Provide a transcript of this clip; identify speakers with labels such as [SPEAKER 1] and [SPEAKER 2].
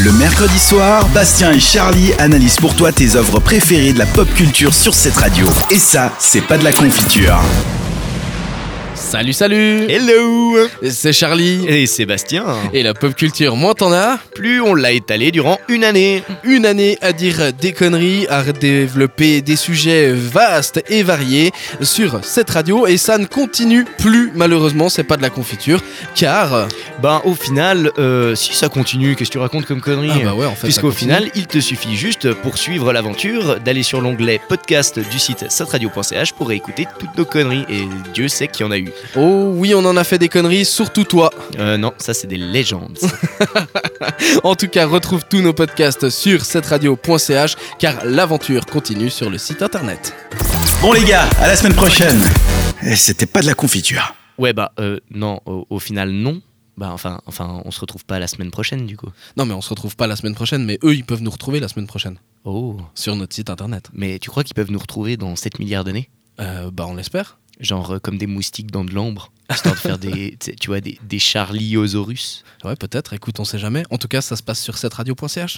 [SPEAKER 1] Le mercredi soir, Bastien et Charlie analysent pour toi tes œuvres préférées de la pop culture sur cette radio. Et ça, c'est pas de la confiture.
[SPEAKER 2] Salut, salut
[SPEAKER 3] Hello
[SPEAKER 2] C'est Charlie.
[SPEAKER 3] Et Sébastien,
[SPEAKER 2] Et la pop culture, moins t'en as
[SPEAKER 3] plus on l'a étalé durant une année.
[SPEAKER 2] Une année à dire des conneries, à développer des sujets vastes et variés sur cette radio. Et ça ne continue plus, malheureusement, c'est pas de la confiture. Car. euh,
[SPEAKER 3] Ben au final, euh, si ça continue, qu'est-ce que tu racontes comme connerie
[SPEAKER 2] Ah bah ouais, en fait. ça
[SPEAKER 3] Puisqu'au
[SPEAKER 2] continue.
[SPEAKER 3] final, il te suffit juste pour suivre l'aventure d'aller sur l'onglet podcast du site satradio.ch pour écouter toutes nos conneries. Et Dieu sait qu'il y en a eu.
[SPEAKER 2] Oh oui, on en a fait des conneries, surtout toi.
[SPEAKER 3] Euh, non, ça c'est des légendes.
[SPEAKER 2] En tout cas, retrouve tous nos podcasts sur cette radio.ch car l'aventure continue sur le site internet.
[SPEAKER 1] Bon les gars, à la semaine prochaine. Et Eh, C'était pas de la confiture.
[SPEAKER 3] ouais bah euh, non, au, au final non. Bah enfin, enfin, on se retrouve pas la semaine prochaine du coup.
[SPEAKER 2] Non, mais on se retrouve pas la semaine prochaine, mais eux, ils peuvent nous retrouver la semaine prochaine
[SPEAKER 3] Oh.
[SPEAKER 2] sur notre site internet.
[SPEAKER 3] Mais tu crois qu'ils peuvent nous retrouver dans 7 milliards d'années
[SPEAKER 2] Euh, bah, on l'espère.
[SPEAKER 3] Genre euh, comme des moustiques dans de l'ambre, histoire de faire des, tu sais, tu vois, des, des charliosaurus.
[SPEAKER 2] Ouais, peut-être. Écoute, on sait jamais. En tout cas, ça se passe sur cette radio.ch.